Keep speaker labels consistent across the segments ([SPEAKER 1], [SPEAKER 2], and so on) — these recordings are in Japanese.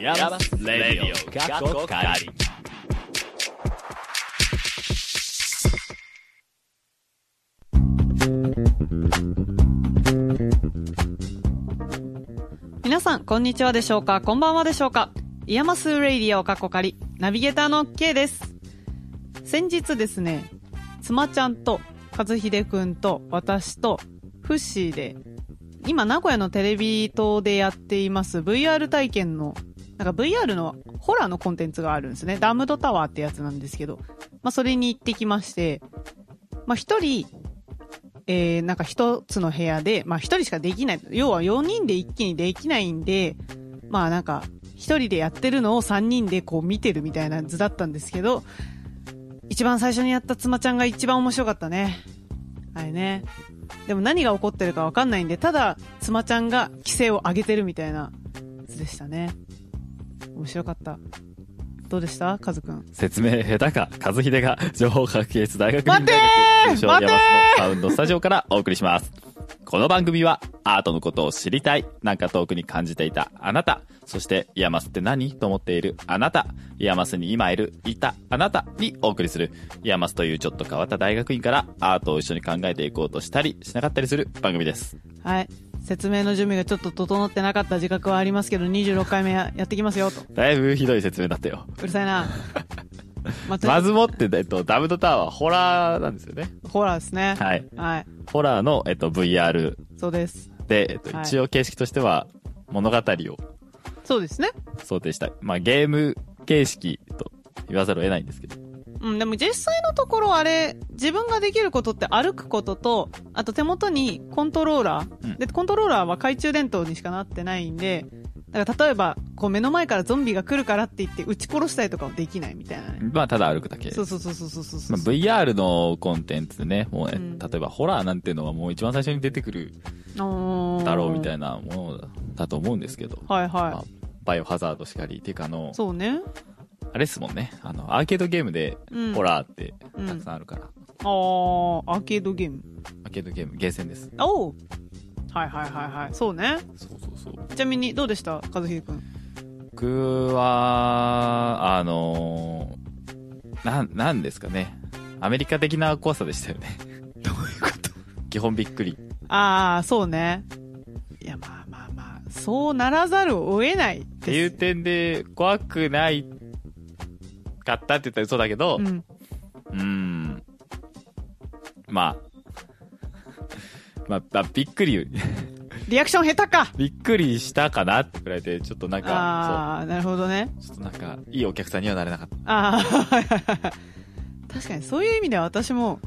[SPEAKER 1] ヤマスレディオ過去仮
[SPEAKER 2] 皆さん、こんにちはでしょうかこんばんはでしょうかイヤマスレイディオ過去仮、ナビゲーターの K です。先日ですね、妻ちゃんと、和秀くんと、私と、フッシーで、今名古屋のテレビ塔でやっています VR 体験の、なんか VR のホラーのコンテンツがあるんですね。ダムドタワーってやつなんですけど、まあそれに行ってきまして、まあ一人、えー、なんか一つの部屋で、まあ一人しかできない。要は4人で一気にできないんで、まあなんか一人でやってるのを3人でこう見てるみたいな図だったんですけど、一番最初にやった妻ちゃんが一番面白かったね。あれね。でも何が起こってるかわかんないんで、ただ妻ちゃんが規制を上げてるみたいな図でしたね。面白かった。どうでしたカズくん。
[SPEAKER 1] 説明下手か和秀が情報科学技術大学
[SPEAKER 2] 待てー
[SPEAKER 1] 通称
[SPEAKER 2] 待てー
[SPEAKER 1] ヤマスのサウンドスタジオからお送りしますこの番組はアートのことを知りたいなんか遠くに感じていたあなたそしてイヤマスって何と思っているあなたイヤマスに今いるいたあなたにお送りするイヤマスというちょっと変わった大学院からアートを一緒に考えていこうとしたりしなかったりする番組です
[SPEAKER 2] はい。説明の準備がちょっと整ってなかった自覚はありますけど、26回目ややってきますよ、と。
[SPEAKER 1] だいぶひどい説明だったよ
[SPEAKER 2] うるさ いな。ま
[SPEAKER 1] まずもって、えっと、ダブドタワーはホラーなんですよね。
[SPEAKER 2] ホラーですね。
[SPEAKER 1] はい。
[SPEAKER 2] はい。
[SPEAKER 1] ホラーの、えっと、VR
[SPEAKER 2] そうです。
[SPEAKER 1] で、えっと、
[SPEAKER 2] はい
[SPEAKER 1] 一応形式としては物語を
[SPEAKER 2] そうですね。
[SPEAKER 1] 想定した。まあ、ゲーム形式と言わざるを得ないんですけど。
[SPEAKER 2] うん、でも実際のところあれ、自分ができることって歩くことと、あと手元にコントローラー。
[SPEAKER 1] うん
[SPEAKER 2] で、コントローラーは懐中電灯にしかなってないんで、だから例えば、こう目の前からゾンビが来るからって言って撃ち殺したりとかはできないみたいなね。
[SPEAKER 1] まあ、ただ歩くだけ。
[SPEAKER 2] そうそうそうそうそうそうそ
[SPEAKER 1] ま
[SPEAKER 2] う
[SPEAKER 1] あ、VR のコンテンツでね、もうね、
[SPEAKER 2] うん
[SPEAKER 1] 例えばホラーなんていうのはもう一番最初に出てくる
[SPEAKER 2] あー
[SPEAKER 1] だろうみたいなものだと思うんですけど。
[SPEAKER 2] はい
[SPEAKER 1] まあ
[SPEAKER 2] は
[SPEAKER 1] バイオハザードしかり。っていうかあの
[SPEAKER 2] い。、そうね。
[SPEAKER 1] あれですもんね。あの、アーケードゲームで
[SPEAKER 2] うん
[SPEAKER 1] ホラーって
[SPEAKER 2] うん
[SPEAKER 1] たくさんあるから。
[SPEAKER 2] あー、アーケードゲーム。
[SPEAKER 1] アーケードゲーム、ゲーセンです。
[SPEAKER 2] おうはいはいはいはい。そうね。
[SPEAKER 1] そうそうそう。
[SPEAKER 2] ちなみに、どうでした和秀くん。
[SPEAKER 1] 僕は、あのー、なん、なんですかね。アメリカ的な怖さでしたよね。 どういうこと基本びっくり。
[SPEAKER 2] ああ、そうね。いや、まあまあまあ、そうならざるを得ないです。
[SPEAKER 1] っていう点で、怖くないかったって言ったら嘘だけど、
[SPEAKER 2] う。
[SPEAKER 1] うんーん。まあ、 まあ、まあ、びっくり、
[SPEAKER 2] リアクション下手か
[SPEAKER 1] びっくりしたかなってくらいで、ちょっとなんか、
[SPEAKER 2] ああ、なるほどね。
[SPEAKER 1] そう、ちょっとなんか、いいお客さんにはなれなかった。
[SPEAKER 2] ああ、 確かにそういう意味では私も、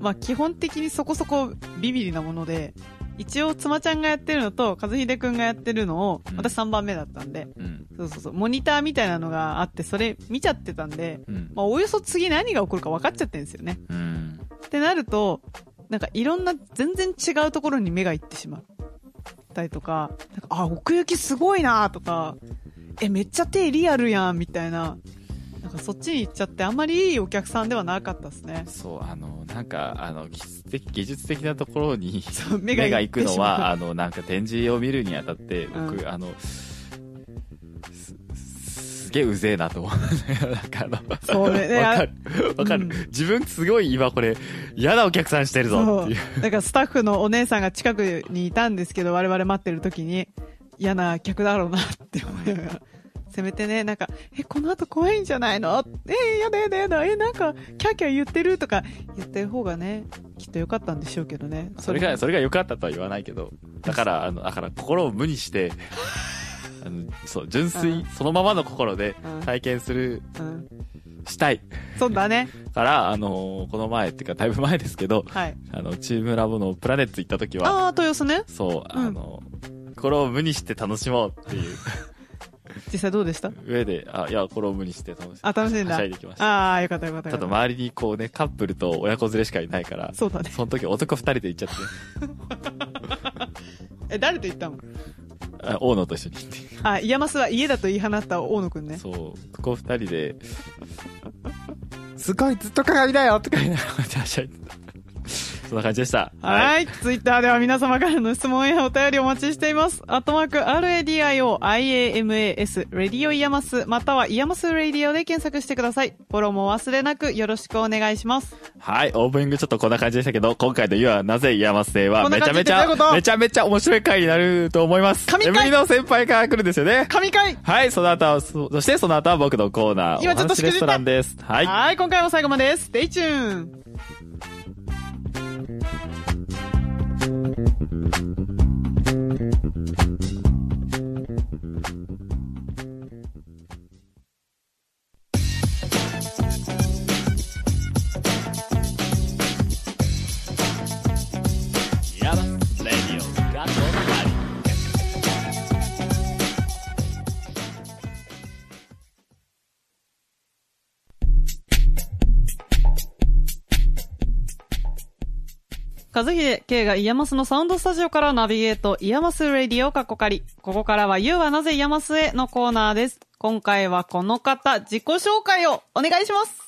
[SPEAKER 2] まあ基本的にそこそこビビリなもので、一応妻ちゃんがやってるのと和秀くんがやってるのを
[SPEAKER 1] うん、
[SPEAKER 2] 私3番目だったんで、
[SPEAKER 1] うん。
[SPEAKER 2] そうそうそう、モニターみたいなのがあって、それ見ちゃってたんで、
[SPEAKER 1] うん。
[SPEAKER 2] まあおおよそ次何が起こるか分かっちゃってるんですよね。
[SPEAKER 1] うん。
[SPEAKER 2] ってなると、なんかいろんな全然違うところに目が行ってしまったりとか、なんかあ、奥行きすごいなとか、え、めっちゃ手リアルやんみたいな、なんかそっちに行っちゃってあんまりいいお客さんではなかったで すね。
[SPEAKER 1] そう、あの、なんか、あの、技術的技術的なところに
[SPEAKER 2] そう目
[SPEAKER 1] 目
[SPEAKER 2] が
[SPEAKER 1] が
[SPEAKER 2] 行
[SPEAKER 1] 行
[SPEAKER 2] って
[SPEAKER 1] く
[SPEAKER 2] しまう
[SPEAKER 1] のは、あの、なんか展示を見るにあたって、僕、
[SPEAKER 2] うん
[SPEAKER 1] あの、す、すげえうぜえなと思 う。なんかあの、
[SPEAKER 2] そうねで
[SPEAKER 1] わかる。わかる。
[SPEAKER 2] うん
[SPEAKER 1] 自分すごい今これ、嫌なお客さんしてるぞっていう。
[SPEAKER 2] そうだからスタッフのお姉さんが近くにいたんですけど、我々待ってる時に、嫌な客だろうなって思いながら。せめてね、なんか、え、この後怖いんじゃないのえやだやだやだ、え、なんか、キャーキャー言ってるとか言ってる方がね、きっと良かったんでしょうけどね。
[SPEAKER 1] それが、
[SPEAKER 2] そ
[SPEAKER 1] それが良かったとは言わないけど、だから、あの、だから心を無にして、あのそう、純
[SPEAKER 2] う
[SPEAKER 1] 粋
[SPEAKER 2] ん、
[SPEAKER 1] そのままの心で
[SPEAKER 2] うん
[SPEAKER 1] 体験する、
[SPEAKER 2] うん。
[SPEAKER 1] したい。
[SPEAKER 2] そうだね。
[SPEAKER 1] から、あのこの前っていうか、だいぶ前ですけど、
[SPEAKER 2] はい。
[SPEAKER 1] あの、チームラボのプラネッツ行った時は、
[SPEAKER 2] ああ、豊洲ね。
[SPEAKER 1] そう、
[SPEAKER 2] うん
[SPEAKER 1] あの、これを無にして楽しもうっていう
[SPEAKER 2] 実際どうでした
[SPEAKER 1] 上 で、あ、いや、これを無にして楽し
[SPEAKER 2] あ、楽しん
[SPEAKER 1] は
[SPEAKER 2] だ
[SPEAKER 1] しゃいできま。した。
[SPEAKER 2] ああ、よかったよかった
[SPEAKER 1] ちょ
[SPEAKER 2] よ
[SPEAKER 1] っ
[SPEAKER 2] か
[SPEAKER 1] と
[SPEAKER 2] った。
[SPEAKER 1] 周りにこうね、カップルと親子連れしかいないから、
[SPEAKER 2] そうだね。
[SPEAKER 1] その時男二人で行っちゃ
[SPEAKER 2] え、誰と行ったの
[SPEAKER 1] って、あ大野と一緒に行っ
[SPEAKER 2] あ、イヤマスは家だと言い放った大野くん
[SPEAKER 1] て、
[SPEAKER 2] ね。
[SPEAKER 1] そう、男二人で、 すごいずっと鏡だよとか言いながらはしゃいでたそんな感じでした。
[SPEAKER 2] はい。ツイッターでは皆様からの質問やお便りお待ちしています。アットマーク、RADIOIAMAS、レディオイヤマス、またはイヤマスレディオで検索してください。フォローも忘れなくよろしくお願いします。
[SPEAKER 1] はい、オープニングちょっとこんな感じでしたけど、今回の「ゆはなぜ山瀬」は
[SPEAKER 2] こんな
[SPEAKER 1] めちゃ
[SPEAKER 2] 感じ
[SPEAKER 1] め
[SPEAKER 2] で
[SPEAKER 1] ちゃ
[SPEAKER 2] どういうこ、と
[SPEAKER 1] めちゃめちゃ面白い回になると思います。
[SPEAKER 2] 神回
[SPEAKER 1] 眠りの先輩から来るんですよね。
[SPEAKER 2] 神回
[SPEAKER 1] はい、その後は、そそしてその後は僕のコーナー、
[SPEAKER 2] 今
[SPEAKER 1] お
[SPEAKER 2] ちょっと
[SPEAKER 1] 話
[SPEAKER 2] し
[SPEAKER 1] レ
[SPEAKER 2] くじ
[SPEAKER 1] ス
[SPEAKER 2] っ
[SPEAKER 1] ト
[SPEAKER 2] た
[SPEAKER 1] ランです。はい。
[SPEAKER 2] はい、今回も最後までです。ステイチューン
[SPEAKER 1] 山瀬レディオがどんなに
[SPEAKER 2] 和秀 K がイヤマスのサウンドスタジオからナビゲート、イヤマスレディオかっこかり。ここからは You はなぜイヤマスへのコーナーです。今回はこの方、自己紹介をお願いします。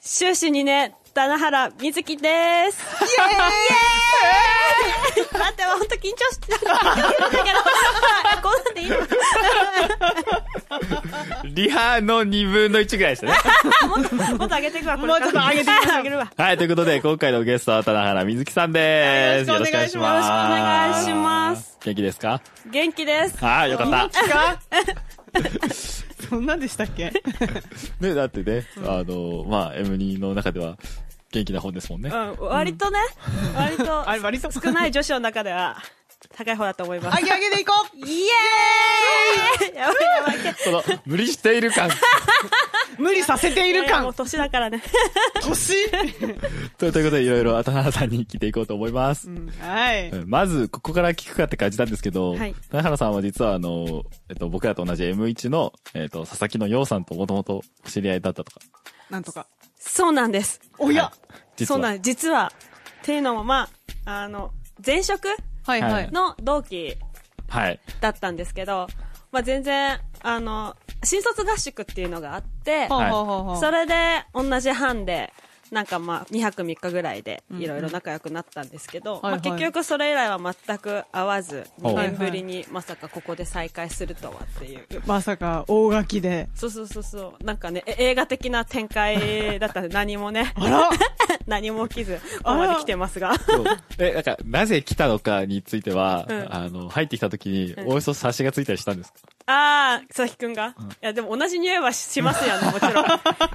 [SPEAKER 3] 終始にね、棚原みずきです。
[SPEAKER 2] イエーイ
[SPEAKER 3] 待って、ほんと緊張してた。緊張してたけど、こうなんでいいの
[SPEAKER 1] リハの2分の1ぐらいでした ね。
[SPEAKER 3] もっと上げていくわ、これ。
[SPEAKER 2] もうちょっと上げていく
[SPEAKER 3] 上げ るわ。よ
[SPEAKER 1] はい、ということで、今回のゲストは棚原瑞希さんです。
[SPEAKER 2] よろしくお願いし
[SPEAKER 1] よろ
[SPEAKER 2] ま
[SPEAKER 1] しくお
[SPEAKER 2] す
[SPEAKER 3] ろしくお願
[SPEAKER 1] 願い
[SPEAKER 3] い
[SPEAKER 1] し
[SPEAKER 3] し
[SPEAKER 1] ま
[SPEAKER 3] ますす。。
[SPEAKER 1] 元気ですか
[SPEAKER 3] 元気です。
[SPEAKER 1] はい、よかった。
[SPEAKER 2] そんなんでしたっけ
[SPEAKER 1] ね、だってね、あの、まあ、M2 の中では元気な本ですもんね
[SPEAKER 3] う。ん、割とね、割と、
[SPEAKER 2] あれ、割と少
[SPEAKER 3] 少ない女子の中では、高い方だと思います。
[SPEAKER 2] 上げ上げでいこ
[SPEAKER 3] イエ ーイやばいやばい。
[SPEAKER 1] その、無理している感。
[SPEAKER 2] う無理させている
[SPEAKER 3] も
[SPEAKER 2] 感
[SPEAKER 3] う年だからね。
[SPEAKER 2] 年
[SPEAKER 1] ということで、いろいろ田原さんに聞いていこうと思います。
[SPEAKER 2] はい。
[SPEAKER 1] まず、ここから聞くかって感じなんですけど、
[SPEAKER 3] はい
[SPEAKER 1] 田原さんは実は、あの、えっと、僕らと同じ M1 の、えっと、佐々木の洋さんともともと知り合いだったとか。
[SPEAKER 2] なんとか。
[SPEAKER 3] そうなんです。
[SPEAKER 2] おや
[SPEAKER 1] はい実
[SPEAKER 3] そうな
[SPEAKER 1] は
[SPEAKER 3] ん。です。実は、っていうのもまあ、あの、前職
[SPEAKER 2] はい
[SPEAKER 1] は
[SPEAKER 2] はいい。
[SPEAKER 3] の同期
[SPEAKER 1] はい。
[SPEAKER 3] だったんですけど、まあ、全然あの新卒合宿っていうのがあって
[SPEAKER 2] ほう
[SPEAKER 1] はい
[SPEAKER 2] ほうほうほう。
[SPEAKER 3] それで同じ班でなんかまあ2泊3日ぐらいでいろいろ仲良くなったんですけど、
[SPEAKER 2] はいはい
[SPEAKER 3] まあ、結局それ以来は全く会わず
[SPEAKER 1] ほう
[SPEAKER 3] 2年ぶりにまさかここで再会するとはっていう。
[SPEAKER 2] まさか、大垣で。
[SPEAKER 3] そうそうそうそうなんかねえ映画的な展開だったんで何も ね
[SPEAKER 2] あら
[SPEAKER 3] 何も起きずここまで来てますが
[SPEAKER 1] そうえ、なんか、なぜ来たのかについては、
[SPEAKER 3] うん
[SPEAKER 1] あの、入ってきた時に、
[SPEAKER 3] ん
[SPEAKER 1] おおよそ差しがついたりしたんですか、
[SPEAKER 3] ああ佐々木くんが、いやでも同じ匂いはししま すよねもちろん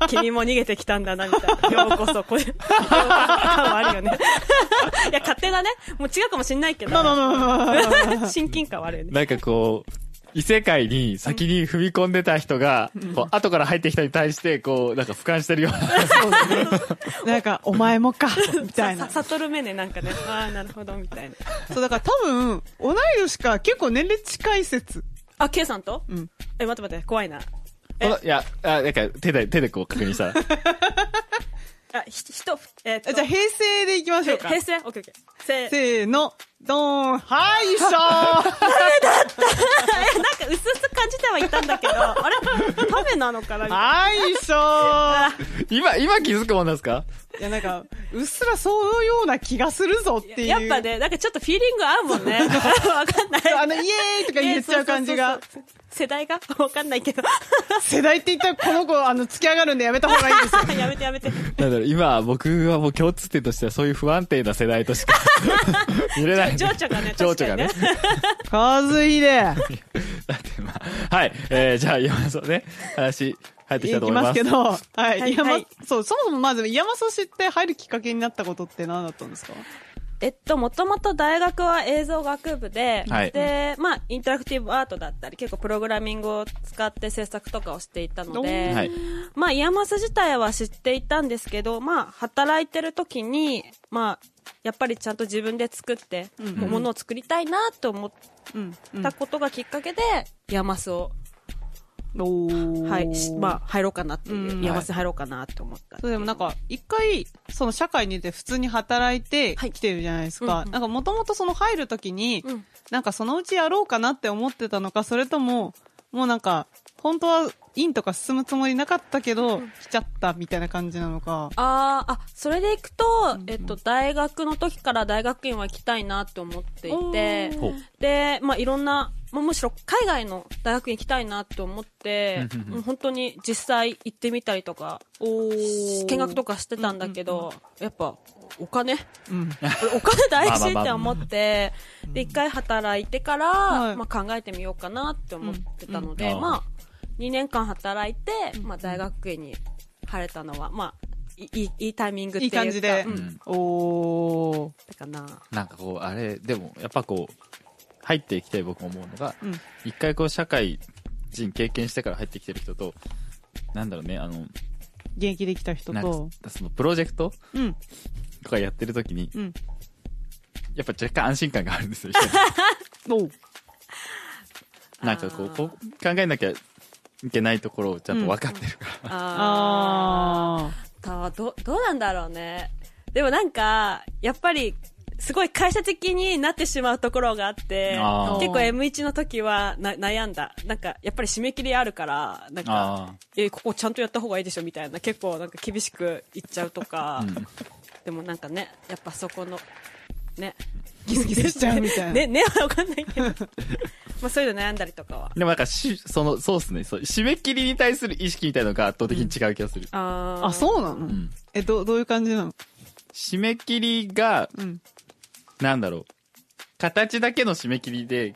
[SPEAKER 3] 君も逃げてきたんだなみたいなようこそこようこそ感はあるよね いや勝手なねもう違うかもしんないけど
[SPEAKER 2] まあまあまあまあまあまあ。
[SPEAKER 3] 親近感は あるよね
[SPEAKER 1] なんかこう、異世界に先に踏み込んでた人が、こう、後から入ってきたに対して、こう、なんか俯瞰してるよう な。
[SPEAKER 2] なんか、お前も か、みたい
[SPEAKER 3] さ
[SPEAKER 2] な。
[SPEAKER 3] さ悟る目ねなんかねああなるほどみたいな
[SPEAKER 2] そう、だから多分、同い年か、結構年齢近い説。
[SPEAKER 3] あ K さんと、
[SPEAKER 2] うん。
[SPEAKER 3] え待って待って怖いなえ
[SPEAKER 1] いや、あなんか手で、手でこう確認したら。
[SPEAKER 3] あひひとえーっと
[SPEAKER 2] あじゃあ、平成でいきましょうか。
[SPEAKER 3] 平成オッケーオッケーせー
[SPEAKER 2] せーの、どーん、はい、しょー
[SPEAKER 3] なんか薄々感じてはいたんだけど、 あれためなのかなみたいな
[SPEAKER 2] はい、しょ
[SPEAKER 1] 今、今気づくもんなんですか
[SPEAKER 2] ーいや、なんか、うっすらそういうような気がするぞっていう。
[SPEAKER 3] やっぱ。ね、なんかちょっとフィーリング合うも んね。わかんない。
[SPEAKER 2] あの、イエーイとか言っちゃう感じが。
[SPEAKER 3] そうそうそうそう。世代がわかんないけど。
[SPEAKER 2] 世代って言ったらこの子、あの、突き上がるんでやめた方がいいですよ。
[SPEAKER 3] やめてやめて。
[SPEAKER 1] なんだろう、今、僕はもう共通点としてはそういう不安定な世代としか 見れない。
[SPEAKER 3] 情緒がね、
[SPEAKER 1] 情緒
[SPEAKER 3] 確
[SPEAKER 1] が
[SPEAKER 3] かにね
[SPEAKER 1] ね。。
[SPEAKER 2] カズヒデ。
[SPEAKER 1] だってまあ、はい。えー、じゃあ、山田ね、話、入ってきた
[SPEAKER 2] い
[SPEAKER 1] と思
[SPEAKER 2] き
[SPEAKER 1] い
[SPEAKER 2] ま
[SPEAKER 1] ますす。
[SPEAKER 2] けど、は。
[SPEAKER 3] はいい
[SPEAKER 2] 山、
[SPEAKER 3] はい
[SPEAKER 2] そう、そもそもまず、山祖知って入るきっかけになったことって何だったんですか
[SPEAKER 3] えっと、もともと大学は映像学部で、
[SPEAKER 1] はい
[SPEAKER 3] で、まあ、インタラクティブアートだったり、結構プログラミングを使って制作とかをしていたの
[SPEAKER 2] お
[SPEAKER 3] で、
[SPEAKER 2] ー
[SPEAKER 1] はい。
[SPEAKER 3] まあ、イヤマス自体は知っていたんですけど、まあ、働いてる時に、まあ、やっぱりちゃんと自分で作って、
[SPEAKER 2] うん
[SPEAKER 3] もうものを作りたいなと思っ
[SPEAKER 2] うん。
[SPEAKER 3] たことがきっかけで、イヤマスを、
[SPEAKER 2] おー
[SPEAKER 3] はい、しまあ、入ろうかなっていう、
[SPEAKER 2] うん
[SPEAKER 3] イヤマスに入ろうかなって思った。
[SPEAKER 2] そうでもなんか、一回、その社会に出て普通に働いて
[SPEAKER 3] はい
[SPEAKER 2] 来てるじゃないですか。
[SPEAKER 3] うんうん
[SPEAKER 2] なんかもともとその入るときに、
[SPEAKER 3] うん
[SPEAKER 2] なんかそのうちやろうかなって思ってたのか、それとも、もうなんか、本当はインとか進むつもりなかったけど、来ちゃったみたいな感じなのか。
[SPEAKER 3] あーあそれでいくと、えっと、大学の時から大学院は行きたいなって思っていて
[SPEAKER 1] ほう
[SPEAKER 3] で、まあ、いろんな、まあ、むしろ海外の大学院行きたいなって思って
[SPEAKER 1] うんうんうん
[SPEAKER 3] もう本当に実際行ってみたりとか
[SPEAKER 2] お
[SPEAKER 3] 見学とかしてたんだけど、やっぱお金
[SPEAKER 2] うん。
[SPEAKER 3] お金大事って思って、で、一回働いてから、
[SPEAKER 2] はい
[SPEAKER 3] まあ考えてみようかなって思ってたの
[SPEAKER 1] うん
[SPEAKER 3] で、
[SPEAKER 1] うん
[SPEAKER 3] まあ、2年間働いて、
[SPEAKER 2] うん
[SPEAKER 3] まあ大学院に入れたのは、まあ、いいいいタイミングって
[SPEAKER 2] いい
[SPEAKER 3] い
[SPEAKER 2] う
[SPEAKER 3] か、
[SPEAKER 2] 感じで
[SPEAKER 3] うん、だ
[SPEAKER 1] ん
[SPEAKER 2] おー。
[SPEAKER 3] かな。
[SPEAKER 1] なんかこう、あれ、でも、やっぱこう、入ってきて僕思うのが、
[SPEAKER 2] うん。
[SPEAKER 1] 一回こう、社会人経験してから入ってきてる人と、なんだろうね、あの、
[SPEAKER 2] 現役できた人
[SPEAKER 1] なん
[SPEAKER 2] と。
[SPEAKER 1] か、そのプロジェクト
[SPEAKER 2] うん。
[SPEAKER 1] とかやってる時に、
[SPEAKER 2] うん。
[SPEAKER 1] やっぱ若干安心感があるんですよ。
[SPEAKER 2] おう
[SPEAKER 1] なんかこう、
[SPEAKER 3] あー
[SPEAKER 1] こう考えなきゃいけないところをちゃんと分かってるから。
[SPEAKER 3] あ
[SPEAKER 2] あー。
[SPEAKER 3] ーたど、どうなんだろうね。でもなんか、やっぱり、すごい会社的になってしまうところがあって
[SPEAKER 1] あ
[SPEAKER 2] ー、
[SPEAKER 3] 結構 M1 の時はな悩んだ。なんか、やっぱり締め切りあるから、なんか、えここちゃんとやった方がいいでしょみたいな結構なんか厳しく言っちゃうとか、
[SPEAKER 1] うん
[SPEAKER 3] でもなんかねやっぱそこのね
[SPEAKER 2] ギスギスしちゃうみたいな。
[SPEAKER 3] ね ねは分かんないけどまあそういうの悩んだりとかは
[SPEAKER 1] でもなんかし、その、そうっすね。そう、締め切りに対する意識みたいなのが圧倒的に違う気がする。
[SPEAKER 3] あ
[SPEAKER 2] あ、
[SPEAKER 3] う
[SPEAKER 2] そうなの、
[SPEAKER 1] ん
[SPEAKER 2] え、ど、どういう感じなの
[SPEAKER 1] 締め切りが、
[SPEAKER 2] うん。
[SPEAKER 1] なんだろう。形だけの締め切りで、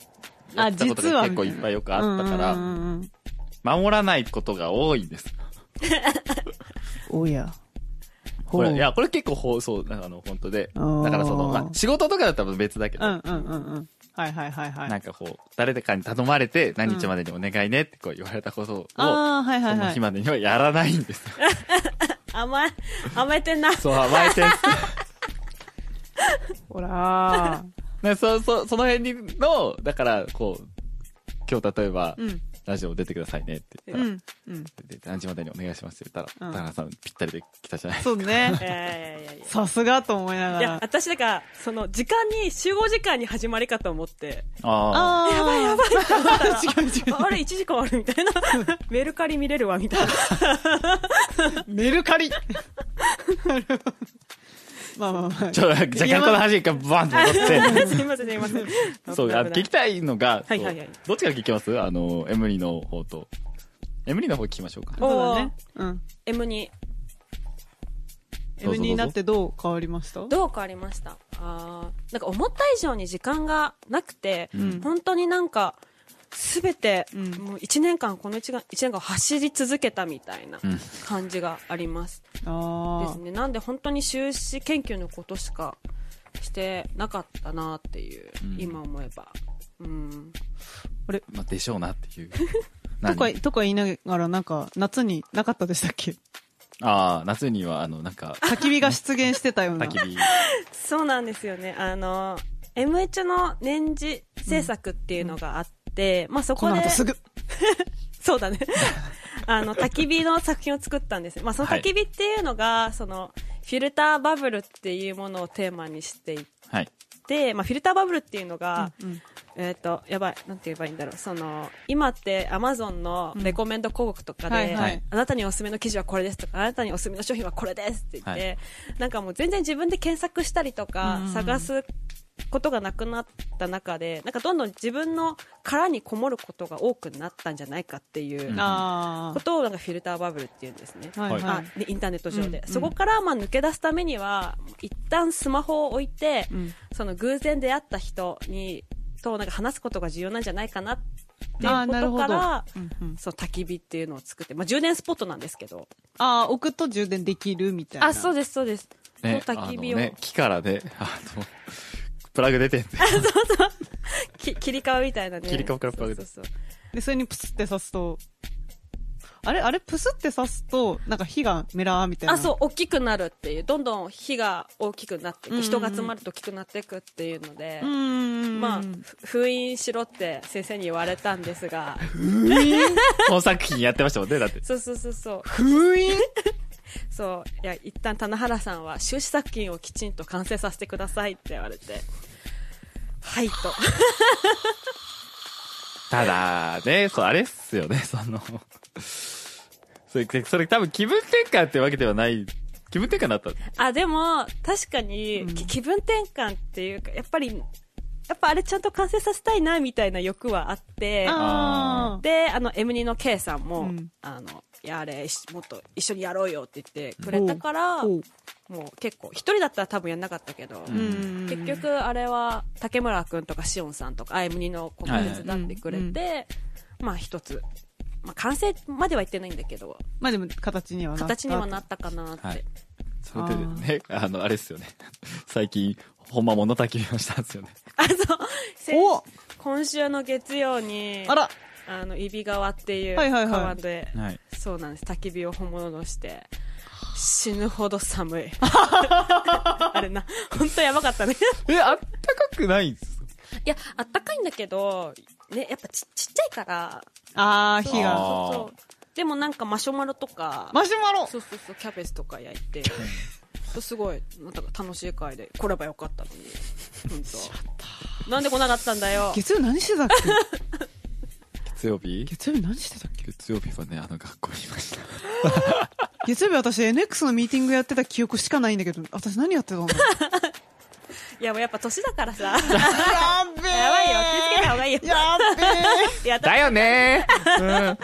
[SPEAKER 1] やってたことが結構いっぱいよくあったか
[SPEAKER 2] うんう
[SPEAKER 1] ら、
[SPEAKER 2] んうんうん
[SPEAKER 1] 守らないことが多いんです。
[SPEAKER 2] おや。
[SPEAKER 1] これ、い
[SPEAKER 2] ほう
[SPEAKER 1] や、これ結構放送、なんかあの、本当で。
[SPEAKER 2] あー
[SPEAKER 1] だからその、まあ、仕事とかだったら別だけど、
[SPEAKER 2] うんうんうんうん。はいはいはいはい。
[SPEAKER 1] なんかこう、誰かに頼まれて、何日までにお願いねってこう言われたことを、
[SPEAKER 2] ああ、はいはい
[SPEAKER 1] その
[SPEAKER 2] はい
[SPEAKER 1] 日。までにはやらないんです。
[SPEAKER 3] 甘え甘えてんな
[SPEAKER 1] そう、甘えてんす
[SPEAKER 2] ほらー。
[SPEAKER 1] ねそうそう、その辺にの、だから、こう、今日例えば、
[SPEAKER 2] うん。
[SPEAKER 1] ラジオ出てくださいねって言っ
[SPEAKER 2] う
[SPEAKER 1] たら、
[SPEAKER 2] ん。うん。
[SPEAKER 1] で何時までにお願いしますって言ったら、
[SPEAKER 2] うん
[SPEAKER 1] 田中さんぴったりで来たじゃないですか。
[SPEAKER 2] そうね。
[SPEAKER 3] いやいやいやいや
[SPEAKER 2] さすがと思いないが
[SPEAKER 3] や
[SPEAKER 2] ら。
[SPEAKER 3] 私だからその時間に集合時間に始まりかと思 って
[SPEAKER 1] あ
[SPEAKER 2] あー。やばいやばい。違う違
[SPEAKER 3] ああれ1時間あるみ たいなメルカリ見れるわみたいな
[SPEAKER 2] う。 メルカリ まあまあまあ
[SPEAKER 1] あ。。ちょっと、じゃあ逆の話がバンって 戻って。
[SPEAKER 3] すいませんすいません
[SPEAKER 1] そう、あの
[SPEAKER 3] 危な
[SPEAKER 1] 聞
[SPEAKER 3] い
[SPEAKER 1] きたいのが、
[SPEAKER 3] はいはいはい
[SPEAKER 1] そうどっちから聞きますあの、エムリの方と。エムリの方聞きましょうか。
[SPEAKER 3] お
[SPEAKER 2] そうだね。うん。
[SPEAKER 3] M に
[SPEAKER 1] どう
[SPEAKER 2] M
[SPEAKER 1] ぞ
[SPEAKER 2] になってどう変わりました
[SPEAKER 3] どう変わりましたあーなんか思った以上に時間がなくて、
[SPEAKER 2] ん
[SPEAKER 3] 本当になんか全て、
[SPEAKER 2] うん
[SPEAKER 3] もう1年間この 1, が一年間走り続けたみたいな
[SPEAKER 1] うん
[SPEAKER 3] 感じがあります、です
[SPEAKER 2] あ
[SPEAKER 3] ねなんで本当に修士研究のことしかしてなかったなっていう、
[SPEAKER 1] うん
[SPEAKER 3] 今思えばうん
[SPEAKER 1] まあ、でしょうなっていう。
[SPEAKER 2] あ。とか、
[SPEAKER 1] 何
[SPEAKER 2] とか言いながら、なんか、夏になかったでしたっ け
[SPEAKER 1] ああ、夏には、あの、なんか、
[SPEAKER 2] 焚き火が出現してたような。
[SPEAKER 1] 焚き火。
[SPEAKER 3] そうなんですよねあの MH の年次制作っていうのがあって、まあそ
[SPEAKER 2] こ
[SPEAKER 3] こで
[SPEAKER 2] の後すぐ。
[SPEAKER 3] そうだね。 あの、焚き火の作品を作ったんです。まあ、その
[SPEAKER 1] はい
[SPEAKER 3] 焚き火っていうのが、その、フィルターバブルっていうものをテーマにしてい
[SPEAKER 1] はい。
[SPEAKER 3] て、まあ、フィルターバブルっていうのが、
[SPEAKER 2] うん
[SPEAKER 3] えっ、と、やばい、なんて言えばいいんだろう。その、今ってアマゾンのレコメンド広告とかで、
[SPEAKER 2] はいはい
[SPEAKER 3] あなたにおすすめの記事はこれですとか、あなたにおすすめの商品はこれですって言って、なんかもう全然自分で検索したりとか
[SPEAKER 2] うん、
[SPEAKER 3] 探すことがなくなった中で、なんかどんどん自分の殻にこもることが多くなったんじゃないかっていう、
[SPEAKER 1] うん
[SPEAKER 2] あ
[SPEAKER 3] ことをなんかフィルターバブルっていうんですね、
[SPEAKER 2] あ。はいはい。
[SPEAKER 3] あでインターネット上で、
[SPEAKER 2] うん
[SPEAKER 3] そこからまあ抜け出すためには一旦スマホを置いて、
[SPEAKER 2] うん
[SPEAKER 3] その偶然出会った人にとなんか話すことが重要なんじゃないかなっていう
[SPEAKER 2] あーなる
[SPEAKER 3] こと
[SPEAKER 2] ほど
[SPEAKER 3] から
[SPEAKER 2] うんうん
[SPEAKER 3] その焚き火っていうのを作って、まあ、充電スポットなんですけど
[SPEAKER 2] ああ、置くと充電できるみたいな。
[SPEAKER 3] あそうですそうです、
[SPEAKER 1] ね、
[SPEAKER 3] その焚き火
[SPEAKER 1] あの
[SPEAKER 3] を、
[SPEAKER 1] ね、木からね、 あの、プラグ出てんで。
[SPEAKER 3] き切り替えみたいなね
[SPEAKER 1] 切り替えからプラグ
[SPEAKER 3] そうそうそう
[SPEAKER 2] で、それにプスって刺すと、あれあれプスって刺すと、なんか火がメラーみたいな。
[SPEAKER 3] あそう大きくなるっていうどんどん火が大きくなっていく、
[SPEAKER 2] うんうん
[SPEAKER 3] 人が集まると大きくなっていくっていうので、
[SPEAKER 2] うーん。
[SPEAKER 3] まあ、ふ封印しろって先生に言われたんですが、
[SPEAKER 1] この作品やってましたもんね、だって。
[SPEAKER 3] そうそうそうそう、
[SPEAKER 2] 封印
[SPEAKER 3] そう、いや、一旦棚原さんは修士作品をきちんと完成させてく ださいって言われて、はいと。
[SPEAKER 1] ただ、ね、そう、あれっすよね、その、それ、それ多分気分転換ってわけではない、気分転換だった。
[SPEAKER 3] あ、でも、確かに、き気分転換っていうか、やっぱり、やっぱあれちゃんと完成させたいな、みたいな欲はあって、
[SPEAKER 1] あ
[SPEAKER 2] ー
[SPEAKER 3] で、あの、M2 の K さんも、
[SPEAKER 2] うん
[SPEAKER 3] あの、やれ、しもっと一緒にやろうよって言ってくれたから、
[SPEAKER 2] ほ
[SPEAKER 3] も
[SPEAKER 2] う
[SPEAKER 3] う結構、一人だったら多分やんなかったけど、
[SPEAKER 2] うん
[SPEAKER 3] 結局あれは竹村くんとかしおんさんとか M2 の子が手伝ってくれて、まあ一つ、まあ完成までは言ってないんだけど、
[SPEAKER 2] まあでも形にはなった
[SPEAKER 3] 形にはなったかなって。
[SPEAKER 1] はいそれでね、あの、あれっすよね。最近、ほんま物焚き火をしたんですよね。
[SPEAKER 3] あそう先
[SPEAKER 2] お
[SPEAKER 3] 今週の月曜に
[SPEAKER 2] あら
[SPEAKER 3] あの揖斐川っていう
[SPEAKER 2] はいはいはい
[SPEAKER 3] 川で、
[SPEAKER 1] はい
[SPEAKER 3] そうなんです焚き火を本物として死ぬほど寒 いあれな本当やばかったね
[SPEAKER 1] え、あったかくないんす
[SPEAKER 3] いやあったかいんだけど、ね、やっぱちちっちゃいから
[SPEAKER 2] あー
[SPEAKER 3] そう
[SPEAKER 2] 火が
[SPEAKER 1] あー
[SPEAKER 3] そうそうでもなんかマシュマロとか
[SPEAKER 2] マシュマロ
[SPEAKER 3] そうそうそうキャベツとか焼いてそうすごいなんか楽しい会で来ればよかったのに本当なんで来なかったんだよ
[SPEAKER 2] 月曜何してたっ け
[SPEAKER 1] 月曜日
[SPEAKER 2] 月曜日何してたっけ
[SPEAKER 1] 月曜日はね、あの、学校にいました。
[SPEAKER 2] 月曜日私 NX のミーティングやってた記憶しかないんだけど私何やってたんだ や
[SPEAKER 3] いやもうやっぱ年だからさ
[SPEAKER 2] っべえ
[SPEAKER 3] やばいよ、気をつけた方がいいよ。
[SPEAKER 2] やっべ
[SPEAKER 3] いや、だ
[SPEAKER 1] だよね
[SPEAKER 3] なんか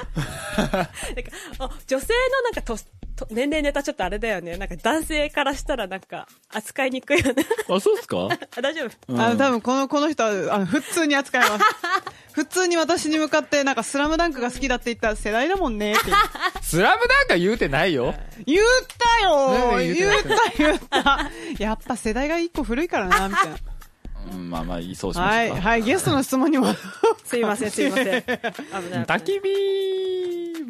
[SPEAKER 3] あ女性のなんかとと年齢ネタちょっとあれだよね。なんか男性からしたらなんか扱いにくいよね。
[SPEAKER 1] ーあ、そうっすか
[SPEAKER 3] あ大丈夫
[SPEAKER 2] え、あの多分このこの人はあの普通に扱います普通に私に向かってなんか「スラムダンクが好きだって言ったら世代だもんねって
[SPEAKER 1] スラムなんか言うてないよ。
[SPEAKER 2] 言ったよ
[SPEAKER 1] 何
[SPEAKER 2] 言
[SPEAKER 1] 言
[SPEAKER 2] っ
[SPEAKER 1] うてな
[SPEAKER 2] た言ったやっぱ世代が一個古いからなみたいな
[SPEAKER 1] うん、まあまあ、いいそうしま
[SPEAKER 2] は
[SPEAKER 1] し
[SPEAKER 2] い
[SPEAKER 1] ょうか。
[SPEAKER 2] はいゲストの質問にも
[SPEAKER 3] すいません、すいません。危ない。
[SPEAKER 1] 焚き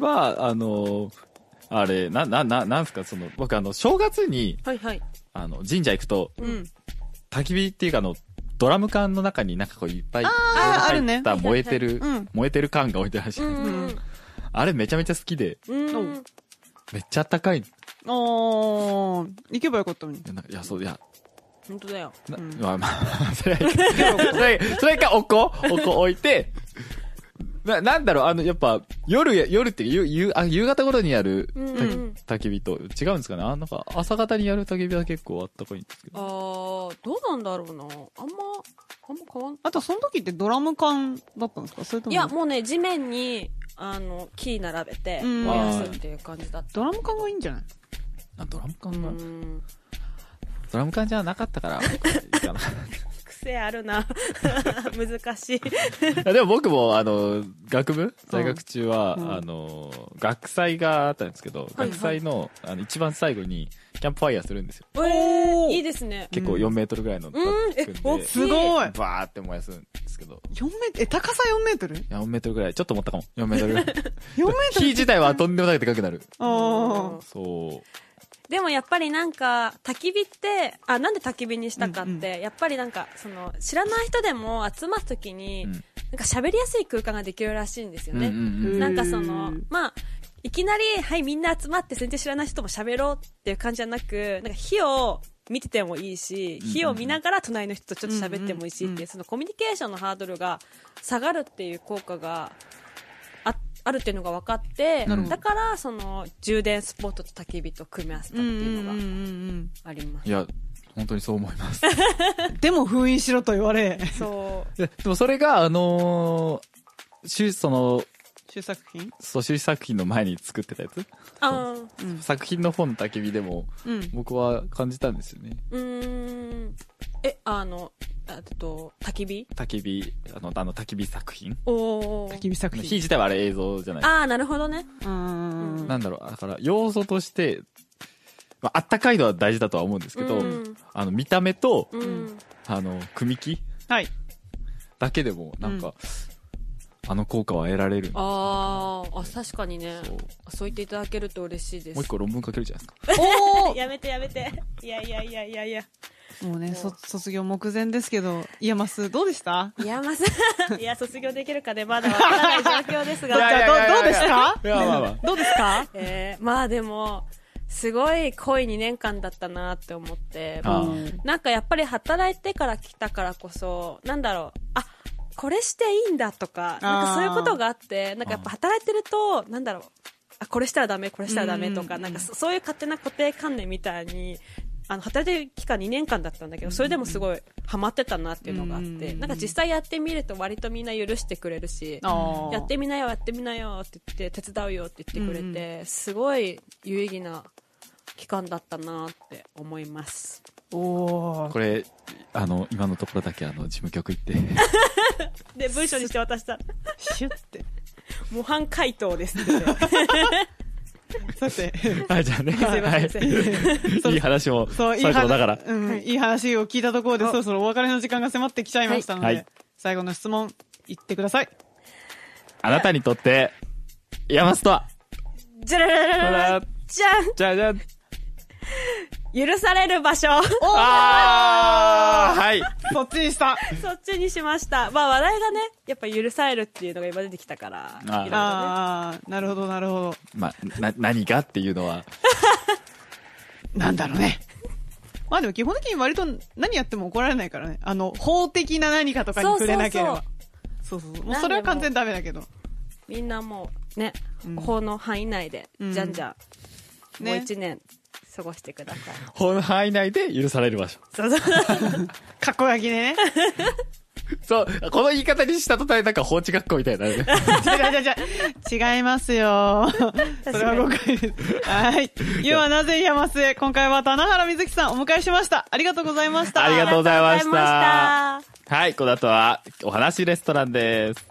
[SPEAKER 1] 火は、あの、あれ、な、な、な、なんすか、その、僕あの、正月に、
[SPEAKER 3] はいはい。
[SPEAKER 1] あの、神社行くと、
[SPEAKER 3] うん。
[SPEAKER 1] 焚き火っていうかあの、ドラム缶の中になんかこういっぱい、
[SPEAKER 2] あーあるね
[SPEAKER 1] 入った燃えてる
[SPEAKER 2] うん、
[SPEAKER 1] 燃えてる缶が置いてあるじゃ
[SPEAKER 3] う
[SPEAKER 1] ないですか。
[SPEAKER 3] ん。
[SPEAKER 1] あれめちゃめちゃ好きで、
[SPEAKER 3] うん。う
[SPEAKER 2] うん
[SPEAKER 3] ん。
[SPEAKER 1] めっちゃあったかい。
[SPEAKER 2] おー行けばよかったのに
[SPEAKER 1] なんかいや、そう、いや、
[SPEAKER 3] 本当だよ。
[SPEAKER 1] な
[SPEAKER 2] うん
[SPEAKER 1] まあまあ、 それはいいけど、それ、それか、おこ、おこ置いて、な、なんだろう、あの、やっぱ、夜や、夜っていう、夕、夕あ夕方頃にやる、
[SPEAKER 3] うん
[SPEAKER 1] 焚き
[SPEAKER 3] うん
[SPEAKER 1] 焚き火と、違うんですかねあ、なんか、朝方にやる焚き火は結構あったかいんですけ
[SPEAKER 3] あ
[SPEAKER 1] ど。
[SPEAKER 3] ー、どうなんだろうな。あんま、あんま変わん
[SPEAKER 2] あとその時ってドラム缶だったんですかそれとも
[SPEAKER 3] いや、もうね、地面に、あの、木並べて、
[SPEAKER 2] うん
[SPEAKER 3] 燃やすっていう感じだった。
[SPEAKER 2] ドラム缶がいいんじゃない
[SPEAKER 1] あドラム缶
[SPEAKER 3] う
[SPEAKER 1] が、
[SPEAKER 3] ん。
[SPEAKER 1] ドラム缶じゃなかったから、僕はいいかな。
[SPEAKER 3] 癖あるな。 難しい。
[SPEAKER 1] いやでも僕も、あの、学部在学中は、
[SPEAKER 2] うん
[SPEAKER 1] あの、学祭があったんですけど、
[SPEAKER 3] はい
[SPEAKER 1] 学祭の、あの、一番最後に、キャンプファイヤーするんですよ。
[SPEAKER 2] おー
[SPEAKER 3] いいですね。
[SPEAKER 1] 結構4メートルぐらいの、
[SPEAKER 3] うんえ
[SPEAKER 1] 組んで
[SPEAKER 3] 大き
[SPEAKER 2] すごい
[SPEAKER 1] バーって燃やすんですけど。
[SPEAKER 2] 4メートルえ高さ4メートル ?4
[SPEAKER 1] 4メートルぐらい。ちょっと持ったかも。4メートルぐらい。
[SPEAKER 2] メート
[SPEAKER 1] 火
[SPEAKER 2] ル
[SPEAKER 1] 自体はとんでもなくでかくなる。
[SPEAKER 2] ああ
[SPEAKER 1] そ
[SPEAKER 3] でもやっぱりなんか焚き火ってあなんで焚き火にしたかって、
[SPEAKER 2] うんうん
[SPEAKER 3] やっぱりなんかその知らない人でも集まった時に、
[SPEAKER 1] うん
[SPEAKER 3] なんか喋りやすい空間ができるらしいんです
[SPEAKER 1] う。
[SPEAKER 3] よね、
[SPEAKER 1] うんうんうん
[SPEAKER 3] なんかそ
[SPEAKER 2] へ
[SPEAKER 3] の
[SPEAKER 2] ー
[SPEAKER 3] まあいきなりはいみんな集まって全然知らない人も喋ろうっていう感じじゃなくなんか火を見ててもいいし
[SPEAKER 1] ん
[SPEAKER 3] 火を見ながら隣の人とちょっと喋ってもいい
[SPEAKER 2] う
[SPEAKER 3] し
[SPEAKER 2] んう
[SPEAKER 3] っ
[SPEAKER 2] んう
[SPEAKER 3] てい
[SPEAKER 2] ん
[SPEAKER 3] うそのコミュニケーションのハードルが下がるっていう効果がああるっていうのが分かって
[SPEAKER 1] なるほど
[SPEAKER 3] だからその充電スポットと焚き火と組み合わせたっていうのが
[SPEAKER 2] ん
[SPEAKER 3] あります
[SPEAKER 1] いや、本当にそう思い ます。
[SPEAKER 2] でも封印しろと言われ
[SPEAKER 3] そう
[SPEAKER 1] ででもそれが、あのー、しゅその、
[SPEAKER 2] 主作品
[SPEAKER 1] そう、修士作品の前に作ってたやつ
[SPEAKER 3] あ
[SPEAKER 2] うん
[SPEAKER 1] 作品の方の焚き火でも、
[SPEAKER 2] うん
[SPEAKER 1] 僕は感じたんですよね。
[SPEAKER 3] ーうーんえあのえっと焚き火
[SPEAKER 1] 焚き火、あの、あの焚き火作品。
[SPEAKER 3] おお
[SPEAKER 2] 焚き火作
[SPEAKER 1] 火
[SPEAKER 2] 品
[SPEAKER 1] 自体はあれ映像じゃない
[SPEAKER 3] ああなるほどね
[SPEAKER 2] うんうんうん
[SPEAKER 1] なんだろう、だから、要素として、まああったかいのは大事だとは思うんですけど、
[SPEAKER 3] うん
[SPEAKER 1] あの、見た目と、
[SPEAKER 3] うん
[SPEAKER 1] あの、組み木
[SPEAKER 2] はい
[SPEAKER 1] だけでも、なんか、あの効果は得られるんで
[SPEAKER 3] あーあ確かにね
[SPEAKER 1] そう
[SPEAKER 3] そう言っていただけると嬉しいです
[SPEAKER 1] もう一個論文書けるじゃないですか。
[SPEAKER 2] お
[SPEAKER 3] やめてやめていやいやいやいやいや
[SPEAKER 2] おもうねそ卒業目前ですけどイヤマスどうでした
[SPEAKER 3] いやまさ いや卒業できるかねまだわからない状況ですが
[SPEAKER 1] いやいやいや
[SPEAKER 2] どうですか
[SPEAKER 1] いや、まあまあ。
[SPEAKER 2] どうですか
[SPEAKER 3] えーまあでもすごい濃い2年間だったなって思って
[SPEAKER 1] あー
[SPEAKER 2] うん
[SPEAKER 3] なんかやっぱり働いてから来たからこそなんだろうあこれしていいんだとか、なんかそういうことがあって、なんかやっぱ働いてると、なんだろう、あ、これしたらダメ、これしたらダメとか、
[SPEAKER 2] うん
[SPEAKER 3] なんかそそういう勝手な固定観念みたいに、あの、働いてる期間2年間だったんだけど、それでもすごいハマってたなっていうのがあっ
[SPEAKER 2] うん
[SPEAKER 3] て、なんか実際やってみると割とみんな許してくれるし、
[SPEAKER 2] あー
[SPEAKER 3] やってみなよ、やってみなよって言って、手伝うよって言ってくれて、すごい有意義な期間だったなって思います。
[SPEAKER 2] おー
[SPEAKER 1] これ、あの、今のところだけあの、事務局行って。
[SPEAKER 3] で、文章にして渡した。
[SPEAKER 2] シュって。
[SPEAKER 3] 模範回答ですって言っ
[SPEAKER 2] さ
[SPEAKER 3] て。
[SPEAKER 2] て、
[SPEAKER 1] はい、 じゃあね。
[SPEAKER 3] すいませんすい
[SPEAKER 1] はい。いい話も、
[SPEAKER 2] そう、
[SPEAKER 1] 最
[SPEAKER 2] いい話
[SPEAKER 1] 後だから。
[SPEAKER 2] うん、いい話を聞いたところで、
[SPEAKER 3] あ
[SPEAKER 2] そろそろお別れの時間が迫ってきちゃいましたので、
[SPEAKER 1] はいはい
[SPEAKER 2] 最後の質問、言ってください。
[SPEAKER 1] あなたにとって、山スとは、
[SPEAKER 3] じゃららららら
[SPEAKER 1] ほら
[SPEAKER 3] じゃん
[SPEAKER 1] じゃあじゃあ、
[SPEAKER 3] 許される場所
[SPEAKER 1] あーはい。
[SPEAKER 2] そっちにした。
[SPEAKER 3] そっちにしました。まあ話題がね、やっぱ許されるっていうのが今出てきたから、いろいろね。
[SPEAKER 2] あー、なるほど、なるほ
[SPEAKER 1] まあ、な、何がっていうのは、
[SPEAKER 2] ど。なんだろうね。まあでも基本的に割と何やっても怒られないからね。あの、法的な何かとかに
[SPEAKER 3] そう
[SPEAKER 2] 触
[SPEAKER 3] そうそ
[SPEAKER 2] れ
[SPEAKER 3] う
[SPEAKER 2] なければ。そうそうそう。もうそれは完全にダメだけど。
[SPEAKER 3] みんなもうね、
[SPEAKER 2] うん
[SPEAKER 3] 法の範囲内で、
[SPEAKER 2] うん
[SPEAKER 3] じゃんじゃん、
[SPEAKER 2] ね
[SPEAKER 3] もう一年過ごしてください。
[SPEAKER 1] 法の範囲内で許される場所。
[SPEAKER 3] そうそう
[SPEAKER 2] かっこ焼きでね。
[SPEAKER 1] そう、この言い方にした途端、なんか法治学校みたいな。
[SPEAKER 2] 違う違う違う。違いますよ。それは誤解です。はい。ゆうはなぜ山末、今回は棚原瑞希さんお迎えしました。ありがとうございました。
[SPEAKER 1] ありがとうございました
[SPEAKER 3] ありがとうございました。
[SPEAKER 1] はい、この後は、お話レストランです。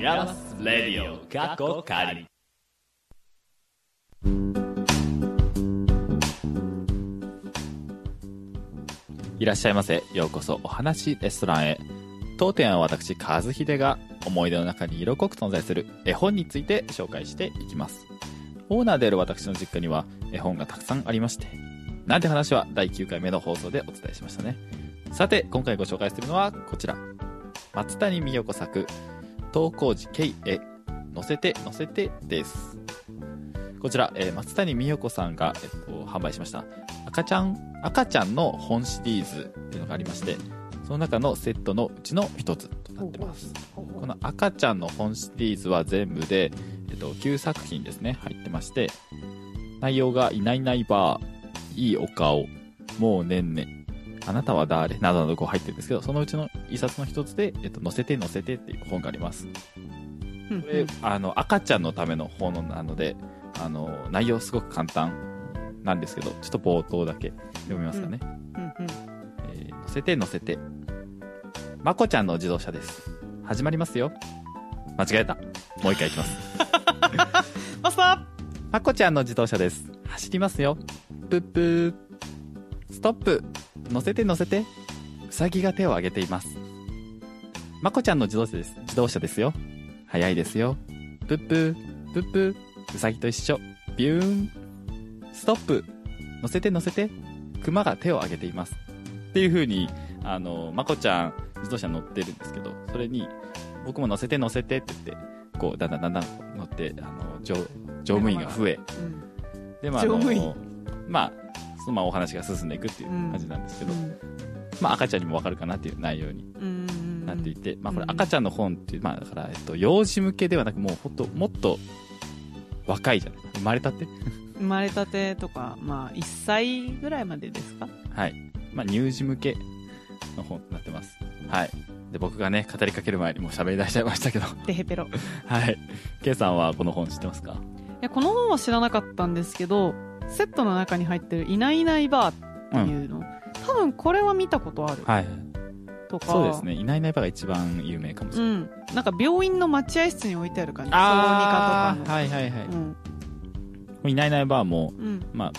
[SPEAKER 1] ヤマスレディオ過去仮いらっしゃいませようこそお話レストランへ当店は私和秀が思い出の中に色濃く存在する絵本について紹介していきますオーナーである私の実家には絵本がたくさんありましてなんて話は第9回目の放送でお伝えしましたねさて今回ご紹介するのはこちら松谷美代子作東光寺慶へ乗せて乗せてですこちら、えー松谷美代子さんが、えっと、販売しました赤ちゃん赤ちゃんの本シリーズっていうのがありましてその中のセットのうちの一つとなってますこの赤ちゃんの本シリーズは全部で、えっと、9作品ですね入ってまして内容が「いないいないばー」「いいお顔」「もうねんね」あなたは誰などなどこう入ってるんですけど、そのうちの一冊の一つで、えっと、載せて載せてっていう本があります。
[SPEAKER 2] うん
[SPEAKER 1] これ、あの、赤ちゃんのための本なので、あの、内容すごく簡単なんですけど、ちょっと冒頭だけ読みますかね。
[SPEAKER 2] うんうん
[SPEAKER 1] えー乗せて乗せて。まこちゃんの自動車です。始まりますよ。間違えた。もう一回いきます。
[SPEAKER 2] マスタ
[SPEAKER 1] まこちゃんの自動車です。走りますよ。ぷっぷー。ストップ。乗せて乗せて。うさぎが手を挙げています。まこちゃんの自動車です。自動車ですよ。早いですよ。ぷっぷー。ぷっぷー。うさぎと一緒。ビューン。ストップ。乗せて乗せて。熊が手を挙げています。っていう風に、あの、まこちゃん自動車乗ってるんですけど、それに、僕も乗せて乗せてって言って、こう、だんだんだんだん乗って、あの、乗乗務員が増え、
[SPEAKER 2] ーうん
[SPEAKER 1] で、まあ、あ
[SPEAKER 2] 乗
[SPEAKER 1] の
[SPEAKER 2] 務員
[SPEAKER 1] まあ、そのままお話が進んでいくっていう感じなんですけど、まあ、赤ちゃんにもわかるかなっていう内容に
[SPEAKER 2] うん
[SPEAKER 1] なっていて、まあ、これ
[SPEAKER 2] うん
[SPEAKER 1] 赤ちゃんの本っていう、まあ、だから、えっと、幼児向けではなく、もう、ほんと、もっと、若いじゃない生まれたって
[SPEAKER 2] 生まれたてとか、まあ、1歳ぐらいまでですか
[SPEAKER 1] はい。まあ、乳児向けの本になってます。はい。で、僕がね、語りかける前にもう喋り出しちゃいましたけど、
[SPEAKER 2] てへぺろ。い
[SPEAKER 1] はい。ケイさんはこの本知ってますか
[SPEAKER 2] や、この本は知らなかったんですけど、セットの中に入ってるいないいないバーっていうの、多分これは見たことある
[SPEAKER 1] はい。
[SPEAKER 2] とか。
[SPEAKER 1] そうですね。いないいないばが一番有名かもし
[SPEAKER 2] う
[SPEAKER 1] れない。
[SPEAKER 2] ん。なんか病院の待合室に置いてある感じ。
[SPEAKER 1] あ
[SPEAKER 2] 小
[SPEAKER 1] あ、
[SPEAKER 2] 児科
[SPEAKER 1] はいはいはい
[SPEAKER 2] とか。の。
[SPEAKER 1] いないいないばも、
[SPEAKER 2] うん。うん。
[SPEAKER 1] ま